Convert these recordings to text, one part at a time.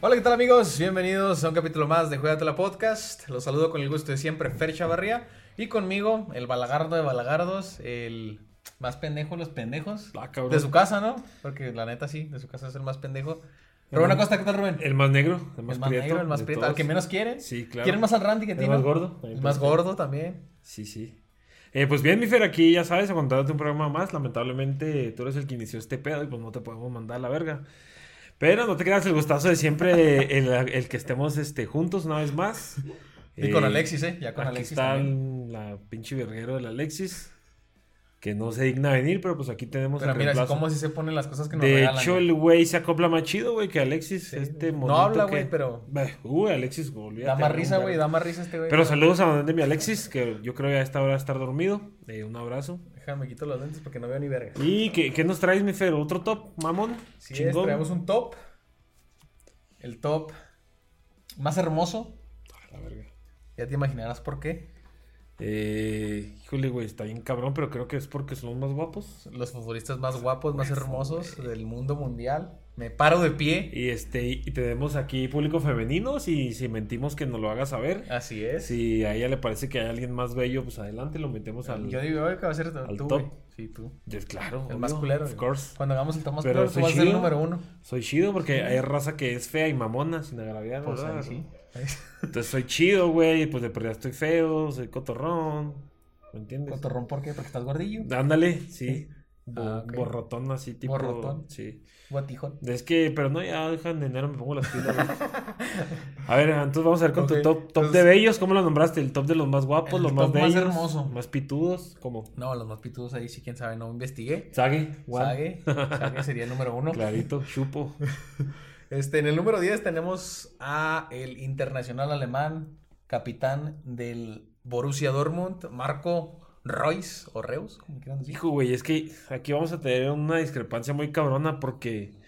Hola, ¿qué tal amigos? Bienvenidos a un capítulo más de Juegatela Podcast. Los saludo con el gusto de siempre, Fer Chavarría. Y conmigo, el balagardo de balagardos, el más pendejo de los pendejos. Ah, cabrón. De su casa, ¿no? Porque la neta sí, de su casa es el más pendejo. Rubén Acosta, ¿qué tal Rubén? El más negro, el El más, más, negro, el más prieto, al que menos quiere. Sí, claro. ¿Quieren más al Randy que El Tino? más gordo. pues, El más gordo también. Sí, sí. Eh, pues bien, mi Fer, aquí ya sabes, aguantándote un programa más. Lamentablemente tú eres el que inició este pedo y pues no te podemos mandar a la verga. Pero no te creas el gustazo de siempre el, el que estemos este, juntos una vez más. Y Eh, con Alexis, ¿eh? Ya con aquí Alexis. está también. la pinche verguero del Alexis, que no se digna venir, pero pues aquí tenemos Pero el mira, reemplazo. cómo sí se ponen las cosas que nos De regalan. hecho, güey. el güey se acopla más chido, güey, que Alexis. Sí. Este No monito habla, que- güey, pero- Bah, Uy, Alexis, olvídate, Da más güey, risa, un güey, verga. da más risa este güey. Pero saludos a don de mi Alexis, que yo creo que a esta hora va a estar dormido. Eh, un abrazo. Déjame quito los lentes porque no veo ni verga. ¿Y qué, qué nos traes, mi Fer? ¿Otro top, mamón? Sí, es, traemos un top. El top más hermoso. La verga. Ya te imaginarás por qué. Eh, híjole, güey, está bien cabrón, pero creo que es porque son los más guapos. Los futbolistas más guapos, más Pues, hermosos del mundo mundial. Me paro de pie. Y este, y y tenemos aquí público femenino, si, si mentimos que nos lo haga saber. Así es. Si a ella le parece que hay alguien más bello, pues adelante, lo metemos al... Yo digo, "Oye, que va a ser al tú, top. güey". Sí, tú. Pues claro. El obvio, más culero. Of güey. course. Cuando hagamos el top más Pero culero, tú soy vas a ser el chido. número uno. Soy chido porque hay raza que es fea y mamona, sin agraviar. Pues ¿verdad? ahí sí. Entonces soy chido, güey, pues de perdida estoy feo, soy cotorrón. ¿Me entiendes? ¿Cotorrón por qué? Porque estás gordillo. Ándale, sí. Bo- Ah, ok. Borrotón así, tipo. Borrotón. Sí. Guatijón. Es que, pero no, ya dejan de enero, me pongo las pilas. güey. a ver, entonces vamos a ver con Ok, tu top, top entonces- de bellos, ¿cómo lo nombraste? El top de los más guapos, El los top más más bellos. hermoso. Más pitudos, como. No, los más pitudos ahí sí, quién sabe, no investigué. Sague, Juan, Sague, Sague sería el número uno. Clarito, chupo. Este, en el número 10 tenemos a el internacional alemán, capitán del Borussia Dortmund, Marco Reus, o Reus, como quieran decir. Hijo, güey, es que aquí vamos a tener una discrepancia muy cabrona porque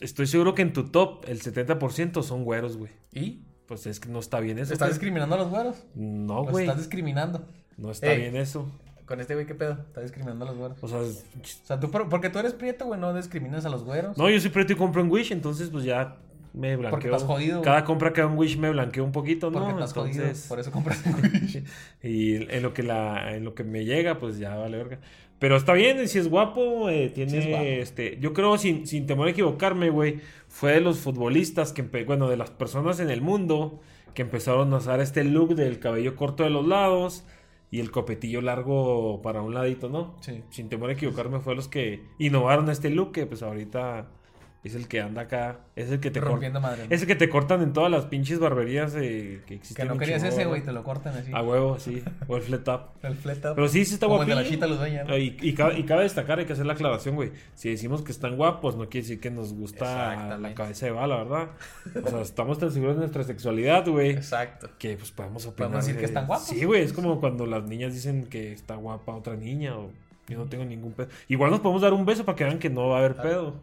estoy seguro que en tu top el 70% son güeros, güey. ¿Y? Pues es que no está bien eso. ¿Estás güey. discriminando a los güeros? No, Los güey. estás discriminando. No está Eh. bien eso. Con este güey, ¿qué pedo? Estás discriminando a los güeros. O sea, es- O sea, tú, por- porque tú eres prieto, güey, no discriminas a los güeros. no, yo soy preto y compro en Wish, entonces pues ya me blanqueo. estás jodido, güey. Cada compra que hago en Wish me blanqueo un poquito, ¿no? porque estás jodido, entonces... por eso compras el güey. Y en lo que la, en lo que me llega, pues ya vale verga. Pero está bien, si es guapo, eh, tiene Sí es guapo. este. Yo creo, sin, sin temor a equivocarme, güey. Fue de los futbolistas que empe- bueno, de las personas en el mundo que empezaron a usar este look del cabello corto de los lados y el copetillo largo para un ladito, ¿no? Sí. Sin temor a equivocarme, fue los que innovaron este look, que pues ahorita es el que anda acá, es el que te cor- Rompiendo madre. ¿no? Es el que te cortan en todas las pinches barberías eh, que Que existen. no en querías ese, Chihuahua, güey, ¿no? te lo cortan así. A huevo, sí. O el flat up. El flat up. Pero sí, sí está Como el de la guapillo. chita los dueña, ¿no? Y, y cabe, y cabe destacar, hay que hacer la aclaración, güey. Si decimos que están guapos, no quiere decir que nos gusta Exactamente. la cabeza de bala, ¿verdad? O sea, estamos tan seguros de nuestra sexualidad, güey. Exacto. Que pues podemos opinar. Podemos decir de- que están guapos. Sí, güey. Es como cuando las niñas dicen que está guapa otra niña o yo no tengo ningún pedo. Igual nos podemos dar un beso para que vean que no va a haber pedo.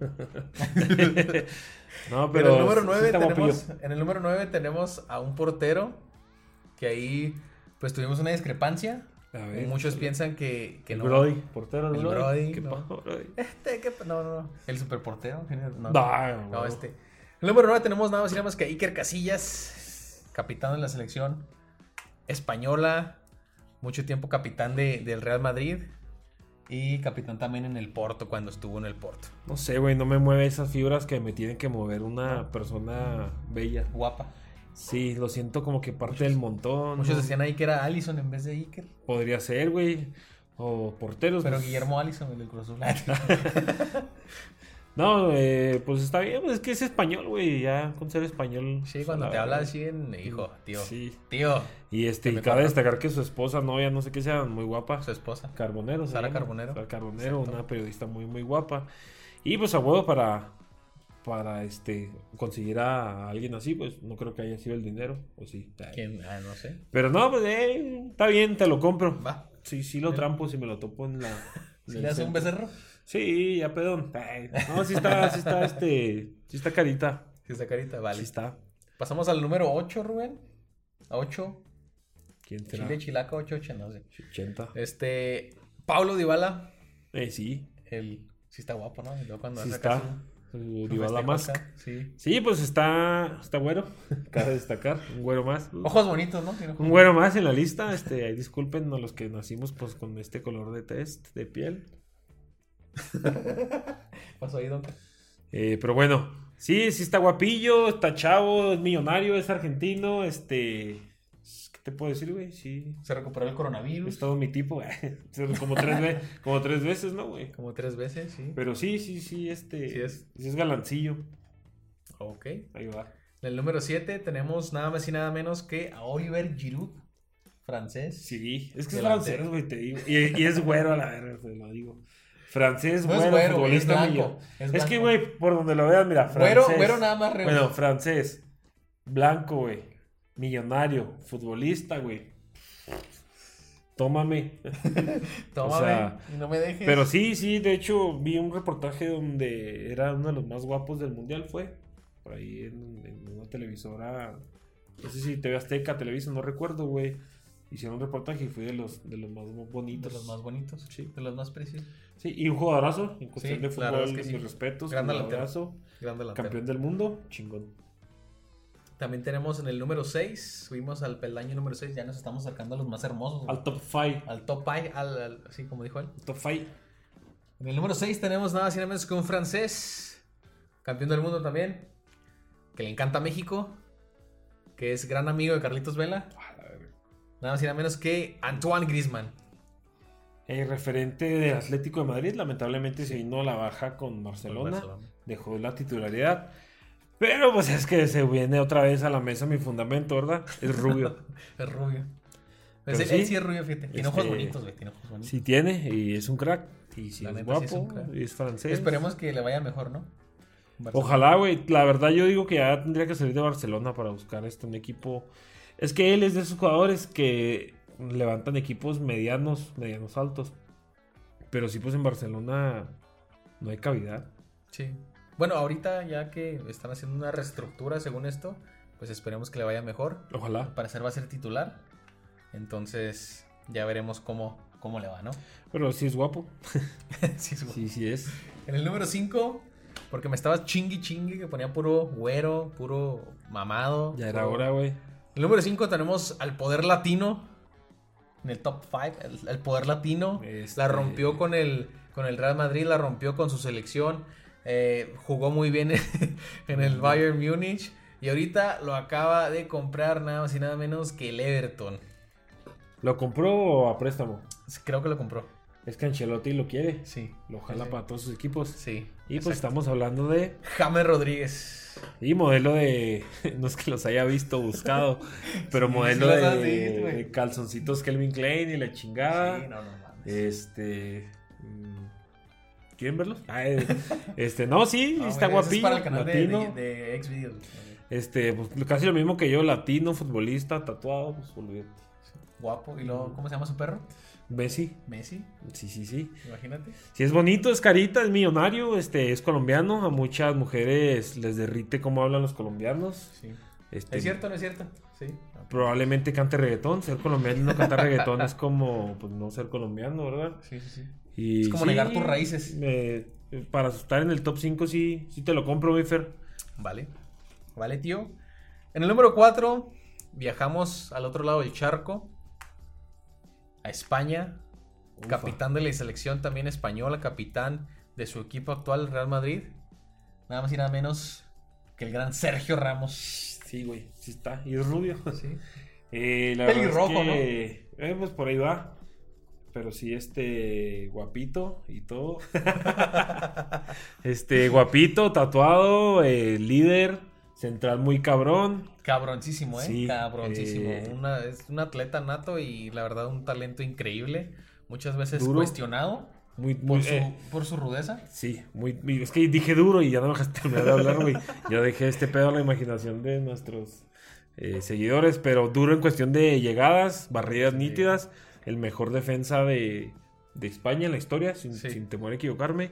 no, pero. Pero el número sí 9 está guapillo. tenemos, en el número 9 tenemos a un portero que ahí pues tuvimos una discrepancia. A ver, Muchos piensan que, que El no. Brody, portero, El el Brody. Brody, ¿Qué no. pasó, Brody? Este, ¿qué pa- no, no, no. El superportero. No, no, Da, no, huevo. este. El número 9 tenemos nada más y nada más que a Iker Casillas, capitán de la selección española, mucho tiempo capitán de- del Real Madrid y capitán también en el Porto cuando estuvo en el Porto. No sé, güey, no me mueve esas fibras que me tienen que mover una persona bella. Guapa. Sí, lo siento como que parte del montón. Muchos ¿no? decían ahí que era Allison en vez de Iker. Podría ser, güey. O porteros. Pero pues. Guillermo Allison, el del Cruz Azul. No, eh, pues está bien, pues es que es español, güey. Ya con ser español. pues, Sí, cuando la te verdad. habla así en hijo, tío. Sí. Tío, Y este, Se y me cabe pasa. destacar que su esposa, novia, no sé qué sea, muy guapa. su esposa. Carbonero, se Sara llama. Carbonero. Sara Carbonero, una periodista muy, muy guapa. Y pues a huevo para, para este, conseguir a alguien así, pues no creo que haya sido el dinero, o sí. ¿Quién? Ah, no sé. Pero no, pues eh, está bien, te lo compro. Va. Sí, sí lo trampo si me lo topo en la... en ¿Sí el ¿Le hace un centro. becerro? Sí, ya pedón. Ay, No, sí está, sí está este, sí está carita. Sí, esa carita, vale. Así está. Pasamos al número 8, Rubén. A 8. ¿Quién será? Chile, Chilaca, 8, no sé. 80. Este. Paulo Dybala. Eh, sí. El. Sí está guapo, ¿no? Y luego cuando Sí hace está. Pues, acá su- Su su Dybala festejo Mask. acá, Sí. Sí, pues está, está güero. Cabe destacar. Un güero más. Ojos bonitos, ¿no? Tiene ojos- Un güero más en la lista. Este, ahí disculpen a los que nacimos pues con este color de test, de piel. Pasó ahí, Don. Eh, pero bueno, sí, sí está guapillo, está chavo, es millonario, es argentino, este... ¿Qué te puedo decir, güey? Sí. Se recuperó el He coronavirus. estado mi tipo, güey. Como tres, ve- como tres veces, ¿no, güey? Como tres veces, sí. Pero sí, sí, sí, este... Sí es. sí es galancillo. Ok. Ahí va. En el número 7 tenemos nada más y nada menos que a Oliver Giroud, francés. Sí, es que es Delantero. francés, güey, te digo. Y, y es güero a la verga, te lo digo. Francés, No es güero, güero, güey, es futbolista blanco, millo- es Es, blanco. que, güey, por donde lo veas, mira, francés. Güero, güero nada más. re- Bueno, francés, blanco, güey, millonario, futbolista, güey. Tómame. Tómame o sea, y no me dejes. Pero sí, sí, de hecho vi un reportaje donde era uno de los más guapos del mundial, fue. Por ahí en, en una televisora, no sé si TV Azteca, Televisa, no recuerdo, güey. Hicieron un reportaje y fue de los, de los más de bonitos. los más bonitos, Sí. de los más preciosos. Sí, y un jugadorazo, en cuestión Sí, de la fútbol, verdad es que sí. mis respetos, Gran delantero. jugadorazo, Gran delantero. campeón del mundo, chingón. También tenemos en el número 6, subimos al peldaño número 6, ya nos estamos acercando a los más hermosos. güey. Al top 5, Al top 5, al, al- así como dijo él. top 5. En el número 6 tenemos nada más y nada menos que un francés, campeón del mundo también, que le encanta México, que es gran amigo de Carlitos Vela. Nada más y nada menos que Antoine Griezmann. El referente del Atlético de Madrid, lamentablemente se vino a la baja con Barcelona, Barcelona. dejó la titularidad. Pero pues es que se viene otra vez a la mesa mi fundamento, ¿verdad? Es rubio. Es rubio. Pero Pues él, sí. él sí es rubio, fíjate. Tiene ojos Este, bonitos, güey. Tiene ojos bonitos. sí tiene, y es un crack. Y sí La es neta, sí guapo, es un crack. y es francés. Esperemos que le vaya mejor, ¿no? Barcelona. Ojalá, güey. La verdad yo digo que ya tendría que salir de Barcelona para buscar este un equipo. Es que él es de esos jugadores que levantan equipos medianos, medianos altos. Pero sí, pues en Barcelona no hay cavidad. Sí. Bueno, ahorita ya que están haciendo una reestructura según esto, pues esperemos que le vaya mejor. Ojalá. Para ser va a ser titular. Entonces ya veremos cómo, cómo le va, ¿no? Pero sí es guapo. Sí, es bueno. Sí, sí es. En el número 5, porque me estaba chingui chingui que ponía puro güero, puro mamado. Ya era puro- hora, güey. El número 5 tenemos al poder latino. En el top 5, el, el poder latino. Este- La rompió con el, con el Real Madrid, la rompió con su selección. eh, jugó muy bien en el Bayern Múnich. Y ahorita lo acaba de comprar nada más y nada menos que el Everton. ¿Lo compró a préstamo? Creo que lo compró. Es que Ancelotti lo quiere. Sí. Lo jala Sí. para todos sus equipos. Sí. Y pues estamos hablando de... James Rodríguez. Y modelo de... No es que los haya visto buscado, pero Sí, modelo sí los has visto, de, güey. de calzoncitos Kelvin Klein y la chingada. Sí, no, no mames. Este... mm, ¿Quieren verlos? Ah, eh, este, no, sí, No, está güey, Ah, ese es guapillo, para el canal de- latino. de, de, Xvideos. Este, pues, casi lo mismo que yo, latino, futbolista, tatuado, pues olvídate. Guapo. ¿Y luego cómo se llama su perro? Messi, Messi, sí, sí, sí. imagínate. Si es bonito, es carita, es millonario, este, es colombiano. A muchas mujeres les derrite cómo hablan los colombianos. Sí. Este, ¿Es cierto o no es cierto? Sí. Probablemente cante reggaetón. Ser colombiano y no cantar reggaetón es como pues, no ser colombiano, ¿verdad? Sí, sí, sí. Y Es como negar tus raíces. eh, para estar en el top 5, sí, sí te lo compro, güey, Fer. Vale. Vale, tío. En el número 4, viajamos al otro lado del charco, a España. Ufa. Capitán de la selección también española, capitán de su equipo actual, el Real Madrid. Nada más y nada menos que el gran Sergio Ramos. Sí, güey, sí está. Y es rubio. Sí. Eh, la Pelirrojo, verdad es que, eh, pues por ahí va. Pero sí, este guapito y todo. este guapito, tatuado, eh, líder, central muy cabrón. Cabroncísimo, ¿eh? Sí, Cabroncísimo. eh. Una- es un atleta nato y la verdad un talento increíble. Muchas veces Duro. cuestionado Muy, muy por su, eh, por su rudeza. Sí, muy, muy- Es que dije duro y ya no me dejaste terminar de hablar, güey. Yo dejé este pedo a la imaginación de nuestros eh, seguidores, pero duro en cuestión de llegadas, barridas Sí. nítidas, el mejor defensa de, de España en la historia, sin, Sí. sin temor a equivocarme.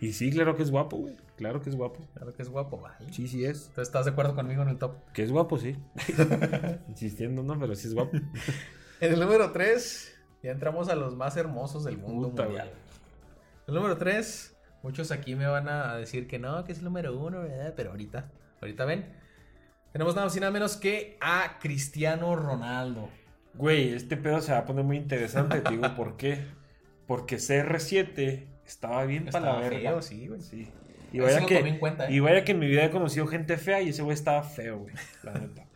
Y sí, claro que es guapo, güey. Claro que es guapo. Claro que es guapo, vale. Sí, sí es. Entonces, ¿estás de acuerdo conmigo en el top? Que es guapo, sí. Insistiendo, no, pero sí es guapo. En el número 3, ya entramos a los más hermosos del mundo Puta, mundial. güey. El número 3, muchos aquí me van a a decir que no, que es el número 1, ¿verdad? Pero ahorita, ahorita ven. Tenemos nada más y nada menos que a Cristiano Ronaldo. Güey, este pedo se va a poner muy interesante, te digo, ¿por qué? Porque CR7 estaba bien para la Estaba verga. feo, sí, güey. Sí. Y Eso vaya, lo tomé en que, cuenta, ¿eh? y vaya que en mi vida he conocido gente fea y ese güey estaba feo, güey. La neta.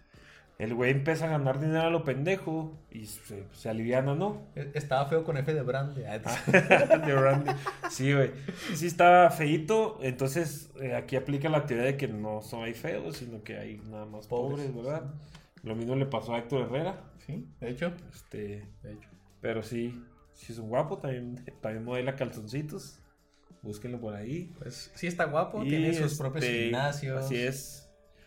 El güey empieza a ganar dinero a lo pendejo y se, se aliviana, ¿no? E- Estaba feo con F de Brand. Ah, entonces- De Randy. Sí, güey. Sí estaba feito, entonces eh, aquí aplica la teoría de que no son hay feos, sino que hay nada más pobres, Pobres. ¿verdad? Lo mismo le pasó a Héctor Herrera. Sí, de hecho, Este, de hecho. pero sí, sí es un guapo, también, también modela calzoncitos. Búsquenlo por ahí. Pues sí está guapo, Y, tiene sus propios este, gimnasios. Así es.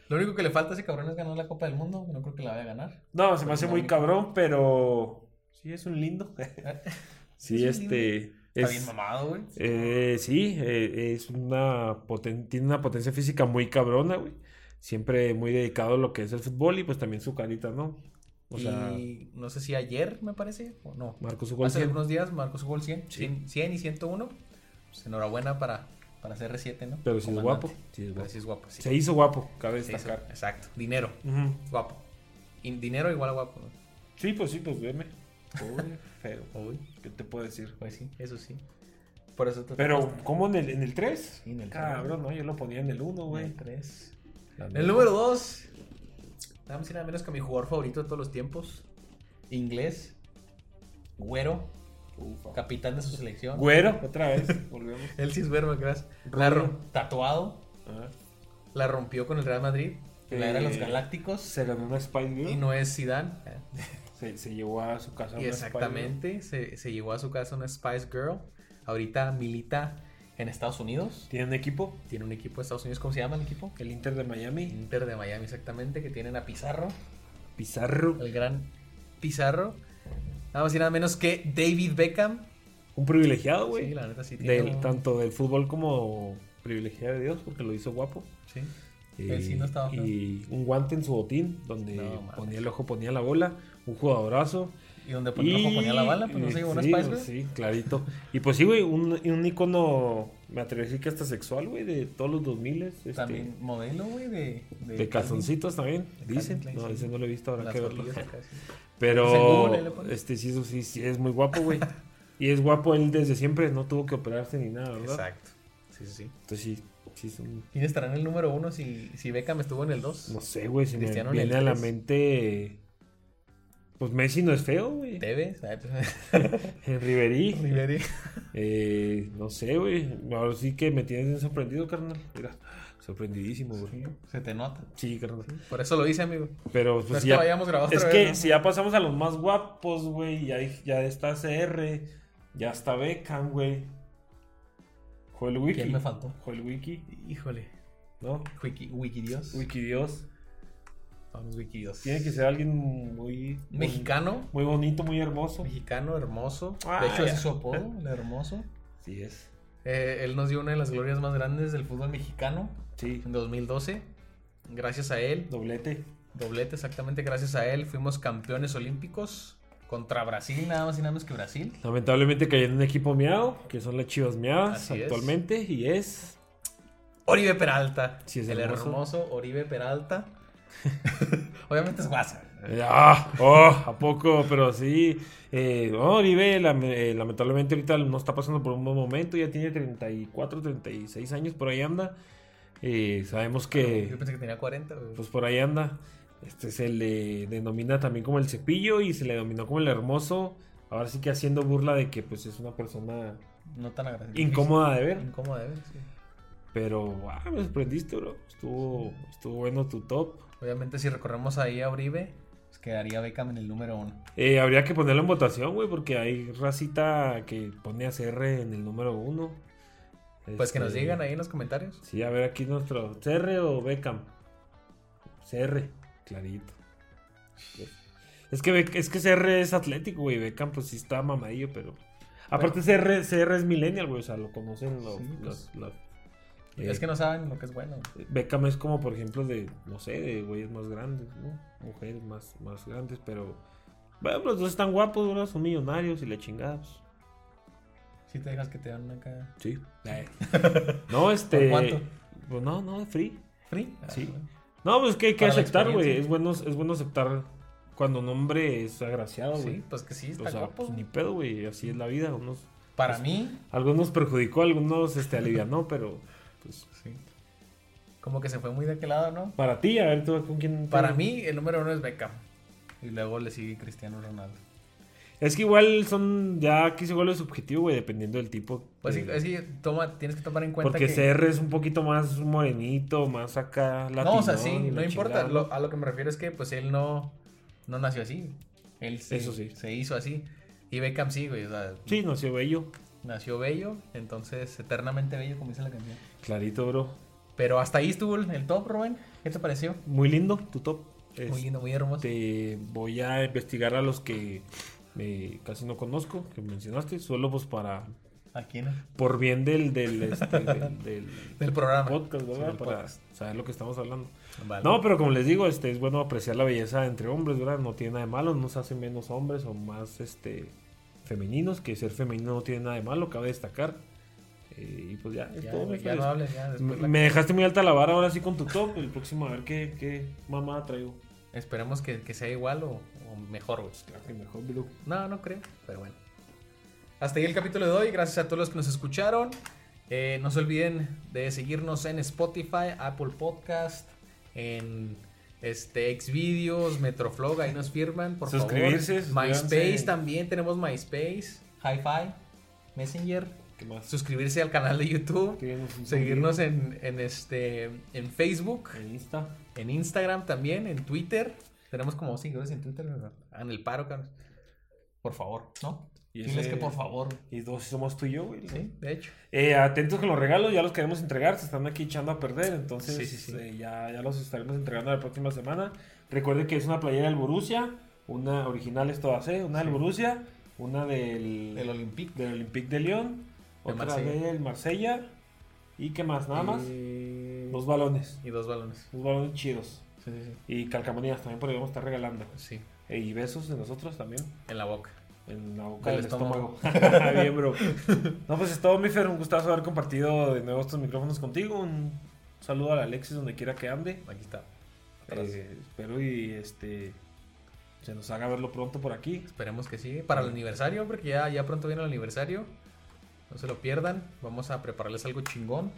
Lo único que le falta a ese cabrón es ganar la Copa del Mundo. No creo que la vaya a ganar. No, se me hace muy Económico. cabrón, pero sí es un lindo. sí, Es un este. Está es- bien mamado, güey. eh, sí, eh, es una poten- tiene una potencia física muy cabrona, güey. Siempre muy dedicado a lo que es el fútbol y pues también su carita, ¿no? O sea, y no sé si ayer, me parece, o no. marcó su gol. Hace cien. algunos días marcó su gol 100, Sí. 100, 100 y 101. Pues enhorabuena para, para CR7, ¿no? Pero sí es Comandante. guapo. Sí es Pero guapo. sí es guapo, sí. Se hizo guapo, cabe Se hizo- destacar. exacto. Dinero, Ujú. guapo. Y dinero igual a guapo. ¿no? Sí, pues sí, pues veme. Pobre, feo. Uy, ¿Qué te puedo decir? pues sí, eso sí. Por eso te- Pero, ¿cómo en el, en el 3? Sí, en el tres. Cabrón, no, yo lo ponía en el 1, güey. El tres. La El neta. número 2. Nada más y nada menos que mi jugador favorito de todos los tiempos. Inglés. Güero. Ufa. Capitán de su selección. Güero, otra vez, volvemos. El cisberma, gracias. Rubio. Tatuado. Ajá. La rompió con el Real Madrid. en La era de los Eh, galácticos. Se ganó una Spice Girl. Y no es Zidane. Se, se llevó a su casa Y una Spice exactamente, se, se llevó a su casa una Spice Girl. Ahorita milita en Estados Unidos. Girl. ¿Tienen equipo? Tiene un equipo de Estados Unidos, ¿cómo se llama el equipo? El Inter de Miami. Inter de Miami, exactamente, que tienen a Pizarro, Pizarro. el gran Pizarro. Nada más y nada menos que David Beckham. Un privilegiado, güey. Sí, la neta sí tiene. Del- un- Tanto del fútbol como privilegiado de Dios, porque lo hizo guapo. sí. Él sí no estaba feo. Y un guante en su botín, donde No, mames. ponía el ojo, ponía la bola. Un jugadorazo. Y donde ponía el ojo ponía la bala, pues no se llevó una sí, Spice Girl. pues Sí, clarito. Y pues sí, güey, un, un icono, me atrevo a decir que hasta sexual, güey, de todos los 2000 este, También modelo, güey, de, De calzoncitos también, de Calvin dicen. Klein, No, sí. ese no lo he visto, habrá Las que verlo. fotillos acá, sí. Pero, Según él, le pones. este sí, eso sí, sí, es muy guapo, güey. y es guapo él desde siempre, no tuvo que operarse ni nada, ¿verdad? Exacto. Sí, sí, sí. Entonces sí, sí es un- ¿Quién estará en el número uno si, si Beckham estuvo en el 2? No sé, güey, se me Cristiano en viene el a la tres. mente... Pues Messi no es feo, güey. Tevez, ah, En Riverí. Riveri. Eh, no sé, güey. Ahora sí que me tienes bien sorprendido, carnal. Mira, sorprendidísimo, güey. Se te nota. Sí, carnal. Por eso lo hice, amigo. Pero No pues es si que ya, vayamos grabado es otra que vez, ¿no? si ya pasamos a los más guapos, güey, ya, ya está CR, ya está Beckham, güey. Joel Wiki. ¿Quién me faltó? Joel Wiki, Híjole. ¿no? Wiki, Wikidios. Wikidios. Vamos, Wikidios. Tiene que ser alguien muy... Mexicano. Muy bonito, muy hermoso. Mexicano, hermoso. Ah, de hecho, ya. ese es su apodo, el hermoso. Sí es. Eh, él nos dio una de las glorias más grandes del fútbol mexicano Sí. en 2012. Gracias a él, Doblete. doblete exactamente gracias a él, fuimos campeones olímpicos contra Brasil, nada más y nada menos que Brasil. Lamentablemente cayó en un equipo miado, que son las chivas miadas Así es. actualmente, y es Oribe Peralta. Sí, es el hermoso. hermoso. Oribe Peralta. Obviamente es guasa. Eh, Ah, oh, ¿a poco? Pero sí. Eh, no, Oribe, lam- eh, lamentablemente ahorita no está pasando por un buen momento. Ya tiene 34, 36 años, por ahí anda. Eh, sabemos Yo que, pensé que tenía 40. güey. pues por ahí anda. Este se le denomina también como el cepillo y se le denominó como el hermoso. Ahora sí que haciendo burla de que pues es una persona no tan agradable. incómoda de ver. Incómoda, ¿eh? sí. Pero, ah, me sorprendiste, bro. Estuvo, estuvo bueno tu top. Obviamente, si recorremos ahí a Oribe, pues quedaría Beckham en el número uno. Eh, habría que ponerlo en votación, güey, porque hay racita que pone a CR en el número uno. Pues que nos Este, digan ahí en los comentarios. Sí, a ver aquí nuestro. ¿CR o Beckham? CR, clarito. Es que, Beck- es que CR es atlético, güey. Beckham, pues sí está mamadillo, pero. Aparte, CR, CR es millennial, güey. O sea, lo conocen los. Sí, pues. los- los- eh, Es que no saben lo que es bueno. Beckham es como, por ejemplo, de, no sé, de güeyes más grandes, ¿no? Mujeres más, más grandes, pero. Bueno, los dos están guapos, güey, Son millonarios y pues. le chingados. Si te dejas que te dan acá. Sí. Eh. No, este. ¿Por cuánto? Pues no, no, free. ¿Free? Ah, Sí. bueno. No, pues que hay que Para la aceptar, güey. experiencia. Es bueno, es bueno aceptar cuando un hombre es agraciado, güey. Sí, pues que sí, está o sea, guapo. pues, ni pues pedo, güey. Así es la vida. Unos, Para mí, algunos perjudicó, algunos este, alivianó, pero. Pues, sí. Como que se fue muy de aquel lado, ¿no? para ti, a ver tú con quién. te- Para mí, el número uno es Beckham. Y luego le sigue Cristiano Ronaldo. Es que igual son. Ya aquí se vuelve subjetivo, güey, dependiendo del tipo. Pues sí, de- es que toma, tienes que tomar en cuenta Porque que... CR es un poquito más morenito, más acá latino. No, o sea, sí, no importa. Lo- a lo que me refiero es que pues él no, no nació así. Él se, Eso sí. se hizo así. Y Beckham sí, güey. O sea, Sí, no sé, bello. nació bello, entonces eternamente bello, como dice la canción. Clarito, bro. Pero hasta ahí estuvo el, el top, Rubén. ¿Qué te pareció? Muy lindo, tu top. Muy lindo, muy hermoso. Este, voy a investigar a los que eh, casi no conozco, que mencionaste, solo pues para. Aquí, ¿no? Por bien del. del, este, del- del- Del programa. podcast, Sí, ¿verdad? del para podcast. saber lo que estamos hablando. Vale. No, pero como les digo, este es bueno apreciar la belleza entre hombres, ¿verdad? No tiene nada de malo, nos hace menos hombres o más este femeninos, que ser femenino no tiene nada de malo, cabe destacar. Eh, y pues ya, es ya, todo, güey, mi ya Félix. no hables, ya. Me Después la- me dejaste muy alta la vara ahora sí con tu top, el próximo a ver qué, qué mamá traigo. Esperemos que, que sea igual o, o mejor, güey. Claro que mejor, bro. No, no creo, pero bueno. Hasta ahí el capítulo de hoy. Gracias a todos los que nos escucharon. Eh, no se olviden de seguirnos en Spotify, Apple Podcast, en este Xvideos, Metroflog, ahí nos firman, por Suscribirse, favor. MySpace suscríbanse. también, tenemos MySpace, Hi-Fi, Messenger. ¿Qué más? Suscribirse al canal de YouTube, Escríbenos un seguirnos en, en este, en Facebook, en Insta. en Instagram también, en Twitter. Tenemos como seguidores en Twitter, ¿verdad? Hagan el paro, Carlos. Por favor, ¿no? Y Diles ese- que por favor. Y dos somos tú y yo, güey. Sí, de hecho. Eh, atentos con los regalos, ya los queremos entregar, se están aquí echando a perder, entonces Sí, sí, sí. eh, ya, ya los estaremos entregando la próxima semana. Recuerden que es una playera del Borussia, una original es toda C, una del Borussia, una del, El Olympique. del Olympique de Lyon, De otra Marsella. Eh. del Marsella y qué más, nada más. Y... Dos balones, y dos balones. dos balones chidos. Sí, sí, sí. Y calcamonías también por ahí vamos a estar regalando. Sí, Eh, y besos de nosotros también. en la boca. En la boca Del del estómago. Bien, bro. No, pues es todo, mi Fer. Un gustazo haber compartido de nuevo estos micrófonos contigo. Un saludo al Alexis donde quiera que ande. Aquí está. Atrás. Eh, espero y este se nos haga verlo pronto por aquí. Esperemos que sí. Para el aniversario, porque ya, ya pronto viene el aniversario. No se lo pierdan. Vamos a prepararles algo chingón.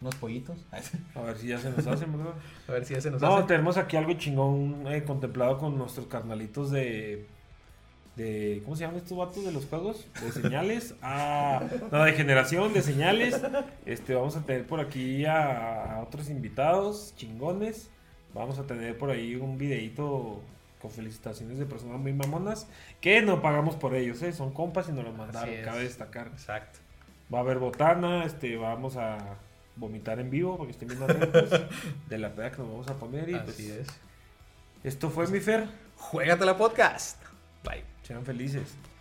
Unos pollitos. a A ver si ya se nos hace, ¿verdad? ver si ya se nos No, hace. tenemos aquí algo chingón eh, contemplado con nuestros carnalitos de. De, ¿Cómo se llaman estos vatos de los juegos? De señales. Ah, no, de generación, de señales. Este, vamos a tener por aquí a, a otros invitados chingones. Vamos a tener por ahí un videito con felicitaciones de personas muy mamonas. Que no pagamos por ellos, ¿eh? son compas y nos los mandaron, es. cabe destacar. Exacto. Va a haber botana, este, vamos a vomitar en vivo porque estén bien atentos de la peda que nos vamos a poner. Y pues, Así es. esto fue mi Fer. Juégatela podcast. Bye. Sean felices.